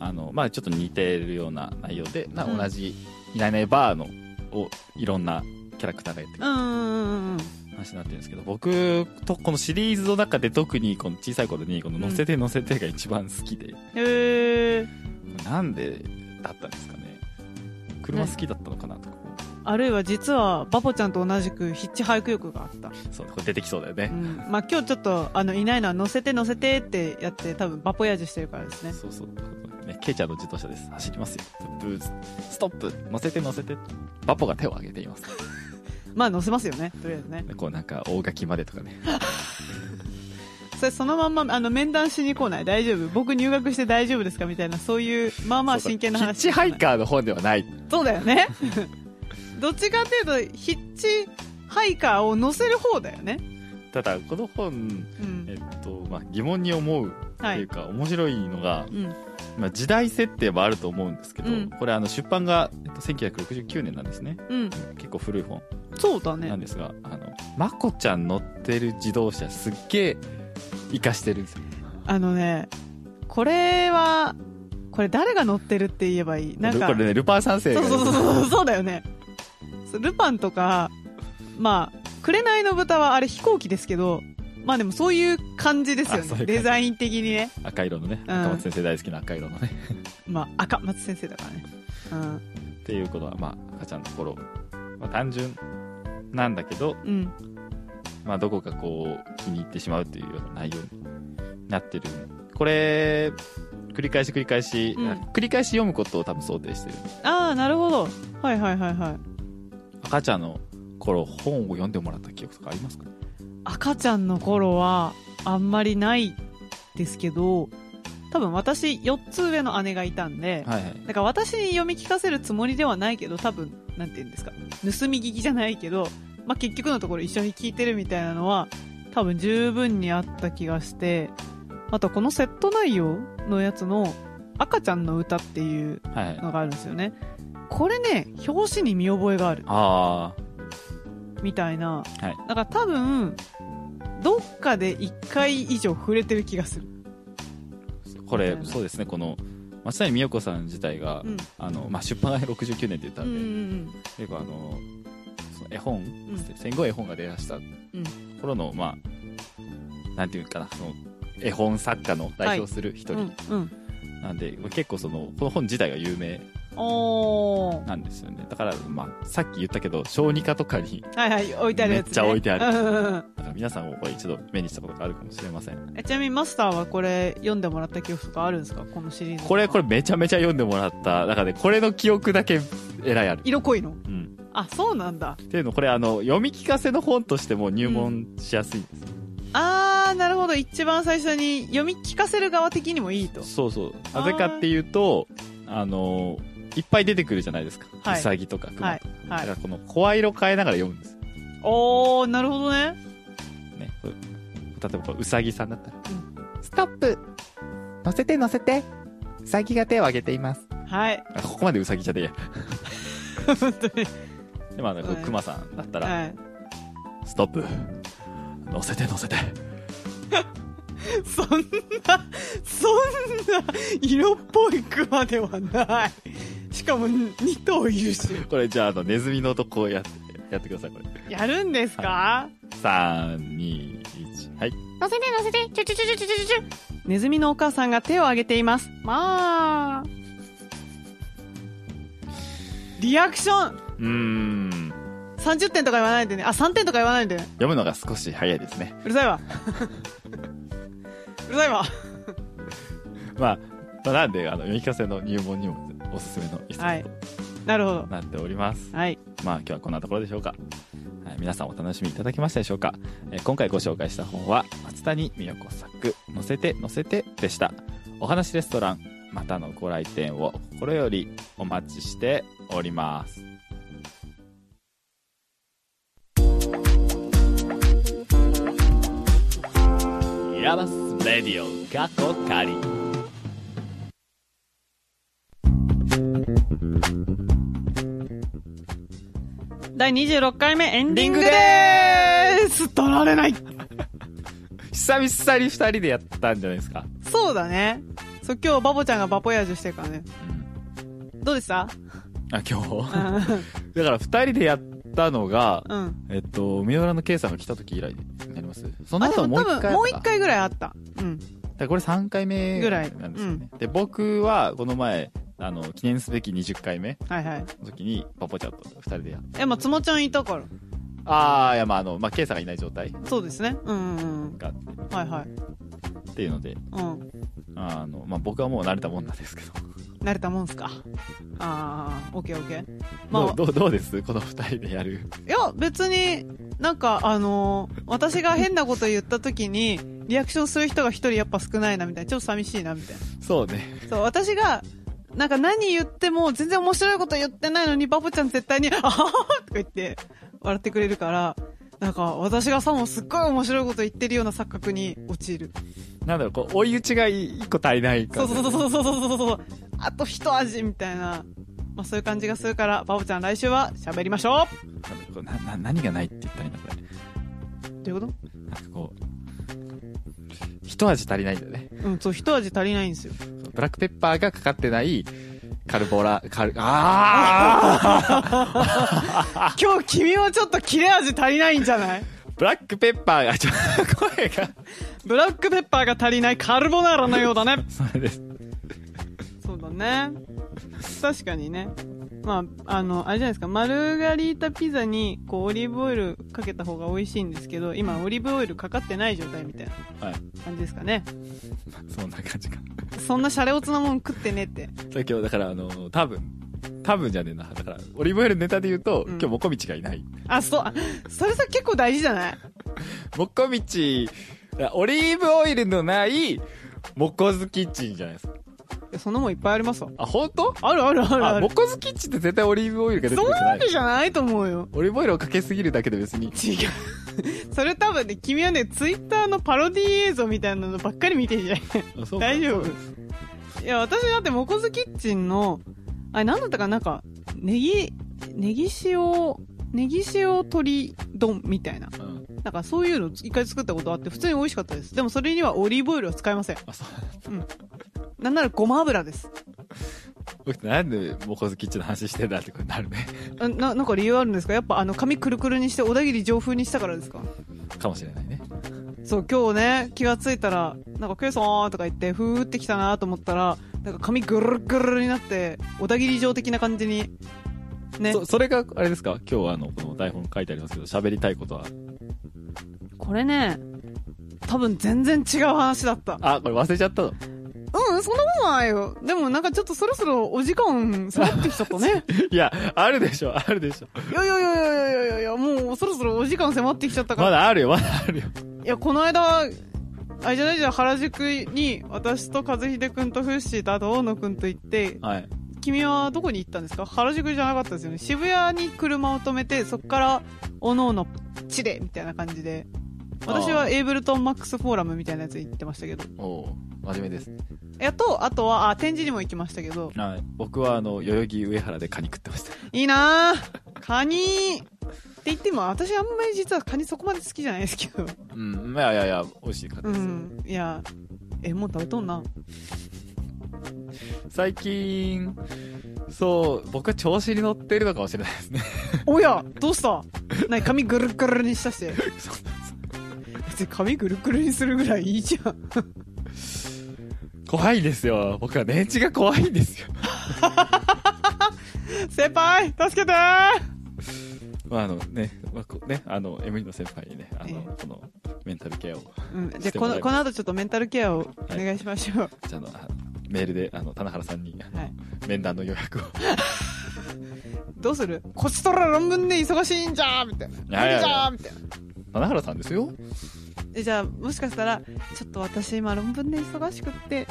[SPEAKER 1] あ、あの、まあ、ちょっと似てるような内容で、な
[SPEAKER 2] うん
[SPEAKER 1] 同じ、いないいないバーの、を、いろんなキャラクターがやって
[SPEAKER 2] う
[SPEAKER 1] る
[SPEAKER 2] んうんうんうん。
[SPEAKER 1] 話になってるんですけど、僕と、このシリーズの中で特に、この小さい頃に、この、乗せて乗せてが一番好きで、
[SPEAKER 2] へえ。
[SPEAKER 1] なんでだったんですかね。車好きだったのかなとか。
[SPEAKER 2] あるいは実はバポちゃんと同じくヒッチハイク欲があった、
[SPEAKER 1] そう、これ出てきそうだよね
[SPEAKER 2] う。ん、まあ今日ちょっとあのいないのは乗せて乗せてってやって多分バポヤージュしてるからですね
[SPEAKER 1] そうそう。ね、ケイちゃんの自動車です。走りますよ。ブーツ、ストップ、乗せて乗せて。バポが手を挙げています。
[SPEAKER 2] まあ乗せますよねとりあえずね
[SPEAKER 1] こうなんか、大垣までとかね。
[SPEAKER 2] それそのまんまあの面談しに来ない大丈夫僕入学して大丈夫ですかみたいなそういうまあまあ真剣な話
[SPEAKER 1] そうだヒッチハイカーの本ではない。
[SPEAKER 2] そうだよね どっちかっていうとヒッチハイカーを乗せる方だよね
[SPEAKER 1] ただ、この本、
[SPEAKER 2] うん
[SPEAKER 1] えっと、まあ、疑問に思うと
[SPEAKER 2] はいいう
[SPEAKER 1] か、面白いのが、
[SPEAKER 2] うん
[SPEAKER 1] まあ、時代設定はあると思うんですけど、
[SPEAKER 2] うん
[SPEAKER 1] これあの出版が、えっと、1969年なんですね
[SPEAKER 2] うん
[SPEAKER 1] 結構古い本
[SPEAKER 2] そうだ
[SPEAKER 1] な
[SPEAKER 2] ね
[SPEAKER 1] んですが、あのまこちゃん乗ってる自動車すっげえ生かしてるんですよ
[SPEAKER 2] あのねこれはこれ誰が乗ってるって言えばいいなんか
[SPEAKER 1] これねルパン三世が
[SPEAKER 2] そうそうそうそうそうだよねそうルパンとかまあ「紅の豚」はあれ飛行機ですけどまあでもそういう感じですよ
[SPEAKER 1] あそういう
[SPEAKER 2] ね
[SPEAKER 1] 感じ
[SPEAKER 2] デザイン的にね
[SPEAKER 1] 赤色のね
[SPEAKER 2] ん
[SPEAKER 1] 赤松先生大好きな赤色のね、
[SPEAKER 2] まあ赤松先生だからねうん
[SPEAKER 1] っていうことはまあ赤ちゃんの頃、まあ、単純なんだけど、
[SPEAKER 2] うん
[SPEAKER 1] まあ、どこかこう気に入ってしまうというような内容になってるこれ繰り返し繰り返し、
[SPEAKER 2] うん
[SPEAKER 1] 繰り返し読むことを多分想定してる
[SPEAKER 2] ああなるほどはいはいはいはい
[SPEAKER 1] 赤ちゃんの頃本を読んでもらった記憶とかありますか
[SPEAKER 2] 赤ちゃんの頃はあんまりないですけど多分私4つ上の姉がいたんで、
[SPEAKER 1] はいはい
[SPEAKER 2] だから私に読み聞かせるつもりではないけど多分なんて言うんですか盗み聞きじゃないけど、まあ、結局のところ一緒に聞いてるみたいなのは多分十分にあった気がしてあとこのセット内容のやつの「赤ちゃんの歌」っていう
[SPEAKER 1] はいはい
[SPEAKER 2] のがあるんですよねこれね表紙に見覚えがある
[SPEAKER 1] あ
[SPEAKER 2] みたいな、
[SPEAKER 1] はい
[SPEAKER 2] だから多分どっかで1回以上触れてる気がする、
[SPEAKER 1] あこれ
[SPEAKER 2] みたいな
[SPEAKER 1] そうですねこの松谷美代子さん自体が、
[SPEAKER 2] うん
[SPEAKER 1] あのまあ、出版が69年って言った
[SPEAKER 2] うん
[SPEAKER 1] ん
[SPEAKER 2] う
[SPEAKER 1] で、
[SPEAKER 2] ん
[SPEAKER 1] 結構あのその絵本、
[SPEAKER 2] ん
[SPEAKER 1] 戦後絵本が出だした
[SPEAKER 2] うん
[SPEAKER 1] 頃のまあなんていうかなその絵本作家の代表する一
[SPEAKER 2] うん
[SPEAKER 1] 人
[SPEAKER 2] うんうん
[SPEAKER 1] なんで、結構そのこの本自体が有名
[SPEAKER 2] おー
[SPEAKER 1] なんですよねだから、まあ、さっき言ったけど小児科とかに
[SPEAKER 2] はいはい置いてあるやつ、ね、
[SPEAKER 1] めっちゃ置いてある
[SPEAKER 2] うんうんうん
[SPEAKER 1] なんか皆さんもこれ一度目にしたことがあるかもしれません
[SPEAKER 2] えちなみにマスターはこれ読んでもらった記憶とかあるんですかこのシリーズ
[SPEAKER 1] これこ
[SPEAKER 2] れ
[SPEAKER 1] れめちゃめちゃ読んでもらった中でこれの記憶だけえらいある、
[SPEAKER 2] 色濃いの
[SPEAKER 1] うん、
[SPEAKER 2] あそうなんだ
[SPEAKER 1] っていうのこれあの読み聞かせの本としても入門しやすいんです、
[SPEAKER 2] あーなるほど一番最初に読み聞かせる側的にもいいと
[SPEAKER 1] そうそう
[SPEAKER 2] あー
[SPEAKER 1] なぜかっていうとあのいっぱい出てくるじゃないですか、
[SPEAKER 2] はい
[SPEAKER 1] ウサギとかクマとか、
[SPEAKER 2] はいはい
[SPEAKER 1] だからこの声色変えながら読むんです
[SPEAKER 2] おーなるほどね
[SPEAKER 1] ねこれ例えばこれウサギさんだったら、
[SPEAKER 2] うん
[SPEAKER 1] ストップ乗せて乗せてウサギが手を挙げています
[SPEAKER 2] はい
[SPEAKER 1] あここまでウサギじゃねえや
[SPEAKER 2] 本当に
[SPEAKER 1] でもあのこう
[SPEAKER 2] はい
[SPEAKER 1] クマさんだったら、
[SPEAKER 2] はい
[SPEAKER 1] ストップ乗せて乗せて
[SPEAKER 2] そんな、そんな、色っぽいクマではない。しかも、2頭いるし。
[SPEAKER 1] これじゃああのネズミのとこやってやってくださいこれ
[SPEAKER 2] やるんですか、
[SPEAKER 1] 321はい
[SPEAKER 3] 乗せて乗せて、ちょちょちょちょちょちょちょ。
[SPEAKER 2] ネズミのお母さんが手を挙げています。まあ。リアクション
[SPEAKER 1] うーん
[SPEAKER 2] !30 点とか言わないでね。あ、3点とか言わないでね。
[SPEAKER 1] 読むのが少し早いですね
[SPEAKER 2] うるさいわ。 うるさいわ。
[SPEAKER 1] まあ、まあなんであの読み聞かせの入門にもおすすめの一
[SPEAKER 2] は
[SPEAKER 1] 冊
[SPEAKER 2] いなるほど
[SPEAKER 1] と。なっております、
[SPEAKER 2] はい。
[SPEAKER 1] まあ今日はこんなところでしょうか、はい、皆さんお楽しみいただけましたでしょうか、えー今回ご紹介した本は松谷美代子作「乗せて乗せて」でしたお話レストランまたのご来店を心よりお待ちしておりますヤバスレディオ過去仮
[SPEAKER 2] 第26回目エンディングでーす取られない
[SPEAKER 1] 久々に二人でやったんじゃないですか、
[SPEAKER 2] そうだね。そう、今日バボちゃんがバポヤージュしてるからね。どうで した
[SPEAKER 1] あ今日
[SPEAKER 2] う
[SPEAKER 1] だから二人でやったのが、
[SPEAKER 2] ん。
[SPEAKER 1] えっと、ミノラの K さんが来た時以来になります。その
[SPEAKER 2] あ、で
[SPEAKER 1] 後
[SPEAKER 2] も
[SPEAKER 1] もう
[SPEAKER 2] 多
[SPEAKER 1] 一
[SPEAKER 2] 分
[SPEAKER 1] 回。
[SPEAKER 2] もう一。回ぐらいあった。うん。
[SPEAKER 1] だからこれ3回目
[SPEAKER 2] ぐらい
[SPEAKER 1] なんですよね。で、僕はこの前、ああの、記念すべき20回目
[SPEAKER 2] はいはい。
[SPEAKER 1] の時に、パポちゃんと二人でや
[SPEAKER 2] え、まあ、つもちゃんいたから。
[SPEAKER 1] あー、いや、まあ、あの、まあ、ケイさんがいない状態
[SPEAKER 2] そうですね。うんうんうん。
[SPEAKER 1] があって
[SPEAKER 2] はいはい。
[SPEAKER 1] っていうので、
[SPEAKER 2] うん。
[SPEAKER 1] あの、まあ、僕はもう慣れたもんなんですけど。
[SPEAKER 2] 慣れたもんすか。ああ、オッケーオッケー。
[SPEAKER 1] ど
[SPEAKER 2] ま
[SPEAKER 1] う
[SPEAKER 2] あ、
[SPEAKER 1] どう、どうですこの二人でやる。
[SPEAKER 2] いや、別に、なんか、あのー私が変なこと言った時に、リアクションする人が一人やっぱ少ないな、みたいな。ちょっと寂しいな、みたい
[SPEAKER 1] そうね。
[SPEAKER 2] な。そう、私が、なんか何言っても全然面白いこと言ってないのに、バボちゃん絶対に、あはははとか言って、笑ってくれるから、なんか、私がさもすっごい面白いこと言ってるような錯覚に陥る。
[SPEAKER 1] なんだろう、こう、追い打ちが一個足りないか
[SPEAKER 2] そ
[SPEAKER 1] ら。
[SPEAKER 2] うそうそうそうそうそうそう。あと一味みたいな。まあそういう感じがするから、バボちゃん来週は喋りましょ
[SPEAKER 1] なんかこうなな何がないって言ったらいいんだこれ
[SPEAKER 2] うどういうこ
[SPEAKER 1] なんかこう一味足りないんだよね
[SPEAKER 2] とうん、そう、一味足りないんですよ。
[SPEAKER 1] ブラックペッパーがかかってないカルボラカルあ
[SPEAKER 2] 今日君はちょっと切れ味足りないんじゃない
[SPEAKER 1] ーブラックペッパーがちょ っと声が
[SPEAKER 2] ブラックペッパーが足りないカルボナーラのようだね。
[SPEAKER 1] それです
[SPEAKER 2] そうだね。確かにね。まあ、あの、あれじゃないですか、マルガリータピザに、こう、オリーブオイルかけた方が美味しいんですけど、今、オリーブオイルかかってない状態みたいな
[SPEAKER 1] はい
[SPEAKER 2] 感じですかね。
[SPEAKER 1] そんな感じか
[SPEAKER 2] そんなシャレオツなもん食ってねって。
[SPEAKER 1] さ今日だからあの多分多分じゃねえなだからオリーブオイルのネタで言うと、
[SPEAKER 2] うん
[SPEAKER 1] 今日モコミチがいない
[SPEAKER 2] あ、そう、あそれさ、結構大事じゃない
[SPEAKER 1] モコミチオリーブオイルのないモコズキッチンじゃないですか
[SPEAKER 2] いやそんなもんいっぱいありますわ。
[SPEAKER 1] あ本当
[SPEAKER 2] あるあるある
[SPEAKER 1] あ
[SPEAKER 2] あ
[SPEAKER 1] モ
[SPEAKER 2] る。
[SPEAKER 1] コズキッチンって絶対オリーブオイルが出
[SPEAKER 2] そ
[SPEAKER 1] てく
[SPEAKER 2] う
[SPEAKER 1] る
[SPEAKER 2] い
[SPEAKER 1] ん
[SPEAKER 2] う
[SPEAKER 1] じゃな
[SPEAKER 2] わ
[SPEAKER 1] い
[SPEAKER 2] けじゃないと思うよ。
[SPEAKER 1] オリーブオイルをかけすぎるだけで別に。
[SPEAKER 2] 違う。 それ多分ね、君はね、ツイッターのパロディ映像みたいなのばっかり見てんじゃない
[SPEAKER 1] あそうか
[SPEAKER 2] 大丈夫。いや、私だって、モコズキッチンの、あれ、なんだったかななんか、ネギ、ネギ塩、ネギ塩鶏丼みたいな。
[SPEAKER 1] うん
[SPEAKER 2] なんかそういうの一回作ったことあって、普通に美味しかったです。でもそれにはオリーブオイルは使いません。
[SPEAKER 1] あ、そう。
[SPEAKER 2] なんならごま油です。
[SPEAKER 1] 僕なんでモコズキッチンの話してんだってことになるね。
[SPEAKER 2] あな、なんか理由あるんですかやっぱあの、髪くるくるにして、小田切上風にしたからですか
[SPEAKER 1] かもしれないね。
[SPEAKER 2] そう、今日ね、気がついたら、なんか、ケイさんとか言って、ふーってきたなと思ったら、なんか髪ぐるぐるになって、小田切状的な感じに、ね、
[SPEAKER 1] そ、それが、あれですか今日はあの、この台本書いてありますけど、喋りたいことは。
[SPEAKER 2] これね、多分全然違う話だった。
[SPEAKER 1] あ、これ忘れちゃったの。
[SPEAKER 2] うん、そんなことないよ。でもなんかちょっとそろそろお時間迫ってきちゃったね。
[SPEAKER 1] いや、あるでしょ、あるでしょ。
[SPEAKER 2] いやいやいやいやいやいやいや、もうそろそろお時間迫ってきちゃったから。
[SPEAKER 1] まだあるよ、まだあるよ。
[SPEAKER 2] いや、この間、あれじゃないじゃん、原宿に私と和秀くんとフッシーとあと大野くんと行って、
[SPEAKER 1] はい。
[SPEAKER 2] 君はどこに行ったんですか原宿じゃなかったですよね。渋谷に車を止めて、そこから、おのおの、チレみたいな感じで。私
[SPEAKER 1] あ
[SPEAKER 2] は
[SPEAKER 1] ー
[SPEAKER 2] エイブルトンマックスフォーラムみたいなやつ行ってましたけど。
[SPEAKER 1] おお真面目です。
[SPEAKER 2] やっと、あとは、あ、展示にも行きましたけど。
[SPEAKER 1] はい。僕はあの、代々木上原でカニ食ってました。
[SPEAKER 2] いいなぁ。カニって言っても、私あんまり実はカニそこまで好きじゃないですけど。
[SPEAKER 1] うん、いやいやいや、美味しいカニ
[SPEAKER 2] う
[SPEAKER 1] ですよ。
[SPEAKER 2] ん。いや、え、もう食べとんな。
[SPEAKER 1] 最近、そう、僕は調子に乗ってるのかもしれないですね。
[SPEAKER 2] おや、どうしたなに髪ぐるぐるにしたして。
[SPEAKER 1] そうそう
[SPEAKER 2] 別に髪ぐるぐるにするぐらいいいじゃん。
[SPEAKER 1] 怖いですよ。僕は年地が怖いんですよ。
[SPEAKER 2] 先輩、助けて
[SPEAKER 1] まああのね、まあ、こね、あの、ME の先輩にね、あの
[SPEAKER 2] え、
[SPEAKER 1] この、メンタルケアを、
[SPEAKER 2] うん、じゃ
[SPEAKER 1] して
[SPEAKER 2] あ
[SPEAKER 1] も
[SPEAKER 2] こ
[SPEAKER 1] らいます
[SPEAKER 2] のこの後ちょっとメンタルケアをお願いしましょう。は
[SPEAKER 1] じゃああの、あメールで、あの、棚原さんに、あ
[SPEAKER 2] い。
[SPEAKER 1] の面談の予約を。
[SPEAKER 2] どうするこちとら論文で忙しいんじゃーみたいな。
[SPEAKER 1] いやいやいや
[SPEAKER 2] じゃーみたいな。
[SPEAKER 1] 棚原さんですよ
[SPEAKER 2] えじゃあもしかしたらちょっと私今論文で忙しくって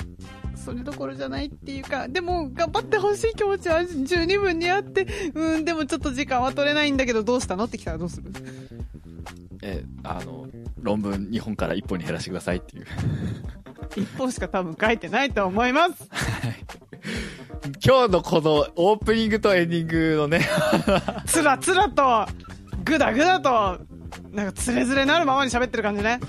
[SPEAKER 2] それどころじゃないっていうかでも頑張ってほしい気持ちは十二分にあってうんでもちょっと時間は取れないんだけどどうしたのって来たらどうする
[SPEAKER 1] え、あの、論文2本から1本に減らしてくださいっていう。
[SPEAKER 2] 一本しか多分書いてないと思います
[SPEAKER 1] 今日のこのオープニングとエンディングのね、
[SPEAKER 2] つらつらとぐだぐだとなんかつれづれなるままに喋ってる感じね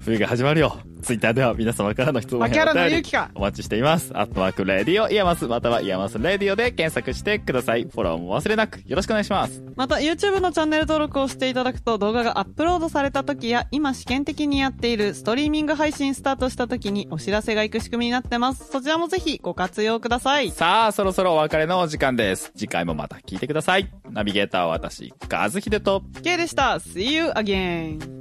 [SPEAKER 1] 冬が始まるよ。ツイッターでは皆様からの質問や
[SPEAKER 2] 槙原の
[SPEAKER 1] お
[SPEAKER 2] 勇
[SPEAKER 1] 便り
[SPEAKER 2] 気か
[SPEAKER 1] お待ちしています。アットマークレディオイヤマスまたはイヤマスレディオで検索してください。フォローも忘れなくよろしくお願いします。
[SPEAKER 2] また YouTube のチャンネル登録をしていただくと動画がアップロードされた時や今試験的にやっているストリーミング配信スタートした時にお知らせが行く仕組みになってます。そちらもぜひご活用ください。
[SPEAKER 1] さあ、そろそろお別れのお時間です。次回もまた聞いてください。ナビゲーターは私、カズヒデと、
[SPEAKER 2] K でした。See you again!